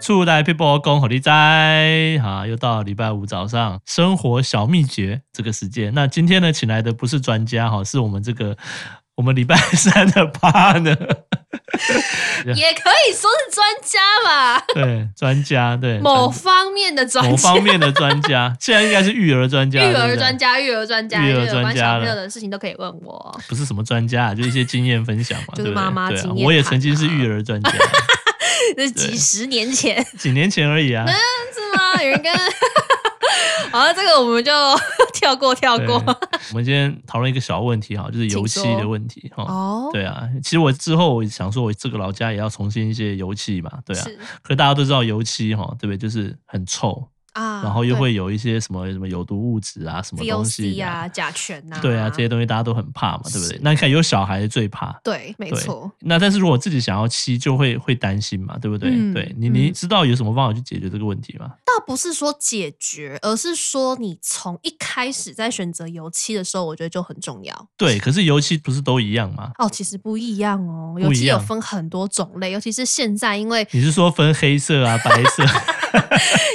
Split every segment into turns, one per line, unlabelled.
出来 people 恭候你在啊，又到礼拜五早上生活小秘诀这个时间。那今天呢，请来的不是专家哈，是我们这个 我们礼拜三的 partner，
也可以说是专家吧，
对，专家对
某方面的专
某
家
方。面的专家，现在应该是育儿专
育
家，对
儿
不对
专家，育儿专家，
育儿
有关
专家
小
了
朋友的事情都可以问我。
不是什么专家，就一些经验分享嘛，
就是
对不对
妈妈
对啊
经验
我也
谈
曾经是
啊
育儿专家，
那是几十年前
几年前而已 啊。
是吗？有人跟， 好了，这个我们就 跳过，跳
对
过。
我们今天讨论一个小问题哈，就是油漆
请说
的问题哈。
哦，
对啊，其实我之后我想说，我这个老家也要重新一些油漆嘛，对啊。
是
可是大家都知道油漆哈，对不对？就是很臭，
啊，
然后又
对
会有一些什么什么有毒物质啊，什么东西
VOC 啊，甲醛啊，
对啊，这些东西大家都很怕嘛，对不对？那你看有小孩最怕。
对，没
对
错，
那但是如果自己想要漆，就会会担心嘛，对不对？
嗯
对你，你
嗯
知道有什么方法去解决这个问题吗？
倒不是说解决，而是说你从一开始在选择油漆的时候，我觉得就很重要。
对，可是油漆不是都一样 吗？
哦，其实不一样哦，
不
油漆
一
有
样
分很多种类，尤其是现在因为
你是说分黑色啊、白色？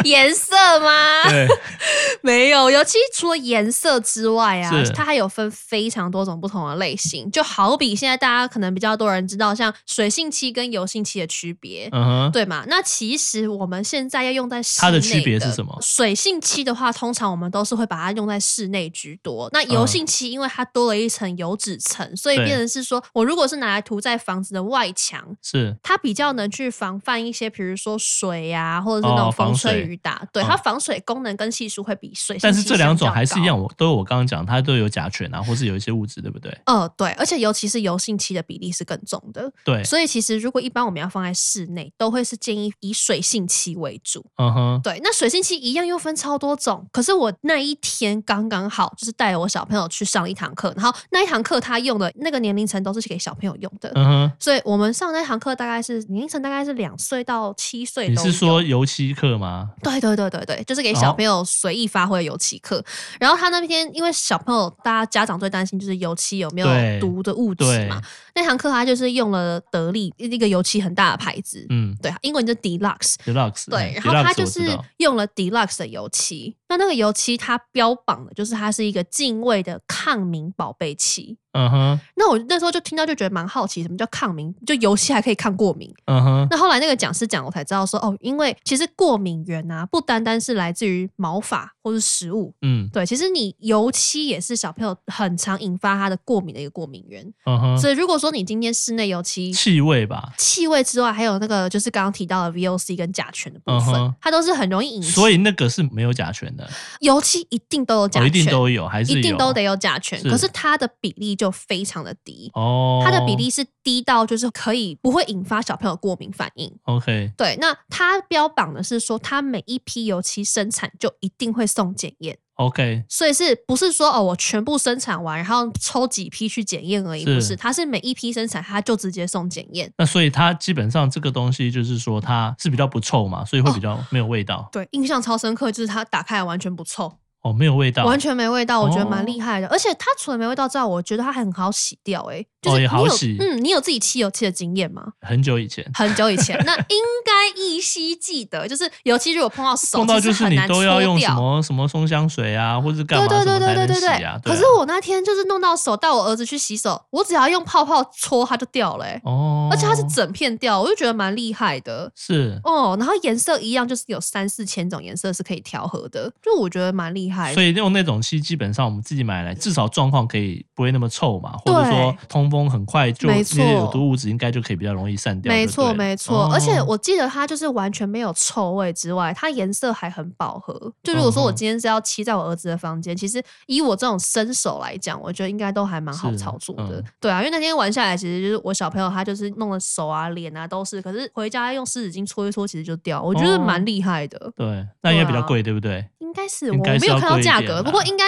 颜色吗？
对，
没有，油漆除了颜色之外啊
是，
它还有分非常多种不同的类型。就好比现在大家可能比较多人知道，像水性漆跟油性漆的区别。
嗯哼，
对嘛？那其实我们现在要用在室内
它的区别是什么
水性漆的话，通常我们都是会把它用在室内居多。那油性漆，因为它多了一层油脂层，所以
嗯对
变成是说我如果是拿来涂在房子的外墙，
是
它比较能去防范一些，比如说水呀、或者是那
哦
种风
防
吹
水
雨打。对，
嗯
它防水功能跟系数会比水性漆
但是这两种还是一
相较
样，
高。
我都有我刚刚讲，它都有甲醛啊，或是有一些物质，对不对？
呃，对，而且尤其是油性漆的比例是更重的，
对，
所以其实如果一般我们要放在室内，都会是建议以水性漆为主。
嗯哼，
对，那水性漆一样又分超多种。可是我那一天刚刚好，就是带我小朋友去上一堂课，然后那一堂课他用的那个年龄层都是给小朋友用的，
嗯哼，
所以我们上那堂课大概是年龄层大概是两岁到七岁。
你是说？油漆课吗？
对对对对对，就是给
然
小
后
朋友随意发挥的油漆课。然后他那天因为小朋友，大家家长最担心就是油漆有没
对
有毒的物质
对
嘛。那堂课他就是用了得力一个油漆很大的牌子，
嗯
对，啊英文就 Deluxe。
，deluxe，
对，
嗯
然后它
Deluxe
就
我知
是
道
用了 Deluxe 的油漆，那那个油漆它标榜的就是它是一个净味的抗敏宝贝漆。
嗯哼，
那我那时候就听到就觉得蛮好奇，什么叫抗敏？就油漆还可以抗过敏？
嗯哼，
那后来那个讲师讲，我才知道说哦，因为其实过敏源啊，不单单是来自于毛发或是食物，
嗯，
对，其实你油漆也是小朋友很常引发他的过敏的一个过敏源。
嗯哼，
所以如果说你今天室内油漆
气味吧。
气味之外，还有那个就是刚刚提到的 VOC 跟甲醛的部分
嗯哼
它都是很容易引起。
所以那个是没有甲醛的，
油漆一定都有甲
哦，
醛，
一定都有，还是有啊
一定都得有甲醛，
是
可是它的比例就非常的低。
哦，
它的比例是低到就是可以不会引发小朋友过敏反应。
OK，
对，那它标榜的是说，它每一批油漆生产就一定会送检验，
OK，
所以是不是说哦，我全部生产完，然后抽几批去检验而已？
是
不是，它是每一批生产，它就直接送检验。
那所以它基本上这个东西就是说它是比较不臭嘛，所
哦
以会比较没有味道
对，印象超深刻，就是它打开来完全不臭，
哦，没有味道，
完全没味道，我觉得蛮
哦
厉害的。而且它除了没味道之外，我觉得它还很好洗掉、欸，就
哦
是你
也
有、
好洗
嗯，你有自己漆油漆的经验吗？
很久以前，
很久以前，那应该依稀记得，就是油漆如果碰到手，
碰到
其实
就是
很
你
难
都要
搓
用什
掉
么什么松香水啊，或是干嘛
对对
什
对
么
对
才
对
能
对
洗啊。对
可
啊
是我那天就是弄到手，带我儿子去洗手，我只要用泡泡搓，它就掉了、欸
哦，
而且它是整片掉，我就觉得蛮厉害的。
是，
哦，然后颜色一样，就是有三四千种颜色是可以调和的，就我觉得蛮厉害的。
所以用那种漆，基本上我们自己买来，至少状况可以不会那么臭嘛，或者
对
说通风很快就那
没错
些有毒物质应该就可以比较容易散掉就对了。
没错，没错，
哦
而且我记得它就是完全没有臭味之外，它颜色还很饱和。就如果说我
嗯哼
今天是要漆在我儿子的房间，其实以我这种新手来讲，我觉得应该都还蛮好
是
操作的。
嗯
对啊，因为那天玩下来，其实就是我小朋友他就是弄的手啊、脸啊都是，可是回家用湿纸巾搓一搓，其实就掉，我觉得
哦
蛮厉害的。
对，那应该比较
对啊
贵，对不对？
应该是我
应该
没
是
有
要
看到
贵一
价
点
格，不
啦
过应该。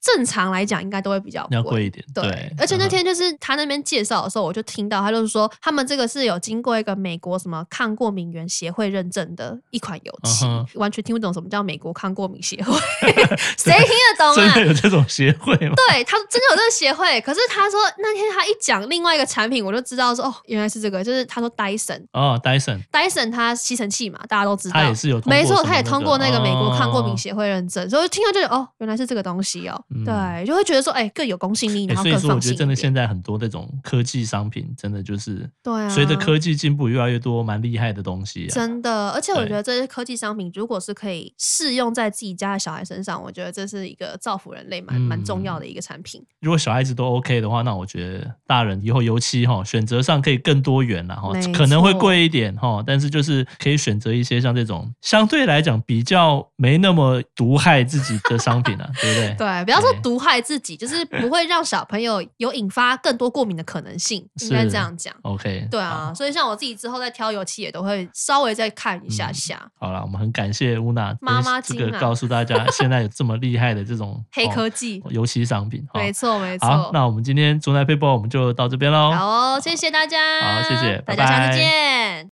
正常来讲应该都会比较
要
贵。
贵一点。嗯
对，而且那天就是他那边介绍的时候，我就听到他就是说，他们这个是有经过一个美国什么抗过敏源协会认证的一款油漆
嗯
完全听不懂什么叫美国抗过 敏协会，谁听得懂
真
啊？
的有这种协会吗？
对他真的有这个协会，可是他说那天他一讲另外一个产品，我就知道说哦，原来是这个，就是他说 Dyson，Dyson
哦，Dyson，
它吸尘器嘛，大家都知道
他，也是有通过
没
什
错，
么
他也通过那个美国抗过敏
哦
协会认证，所以听到就觉得哦，原来是这个东西哦，
嗯
对，就会觉得说哎更有公信力，
欸
然后
所以
更
说，我
放
觉
心
得
一
真的
点。
现在很多那种科技商品，真的就是
对啊，
随着科技进步，越来越多蛮厉害的东西、啊。
真的，而且我
对
觉得这些科技商品，如果是可以适用在自己家的小孩身上，我觉得这是一个造福人类蛮蛮、
嗯
重要的一个产品。
如果小孩子都 OK 的话，那我觉得大人以后尤其哈选择上可以更多元了哈
没，错
可能会贵一点哈，但是就是可以选择一些像这种相对来讲比较没那么毒害自己的商品 啊，对不对？
对，不要说
对
毒害自己，就是不会让小朋友有引发更多过敏的可能性，应该
是
这样讲。
OK，
对
好
啊，所以像我自己之后在挑油漆也都会稍微再看一
嗯
下下。
好了，我们很感谢乌娜
妈妈
这
经
个
啊
告诉大家，现在有这么厉害的这种
黑科
哦
技，
油漆商品。哈
没错没错。
好，那我们今天中台配播我们就到这边喽。
好哦，谢谢大
好
家，
谢谢
大家下
拜拜
次见。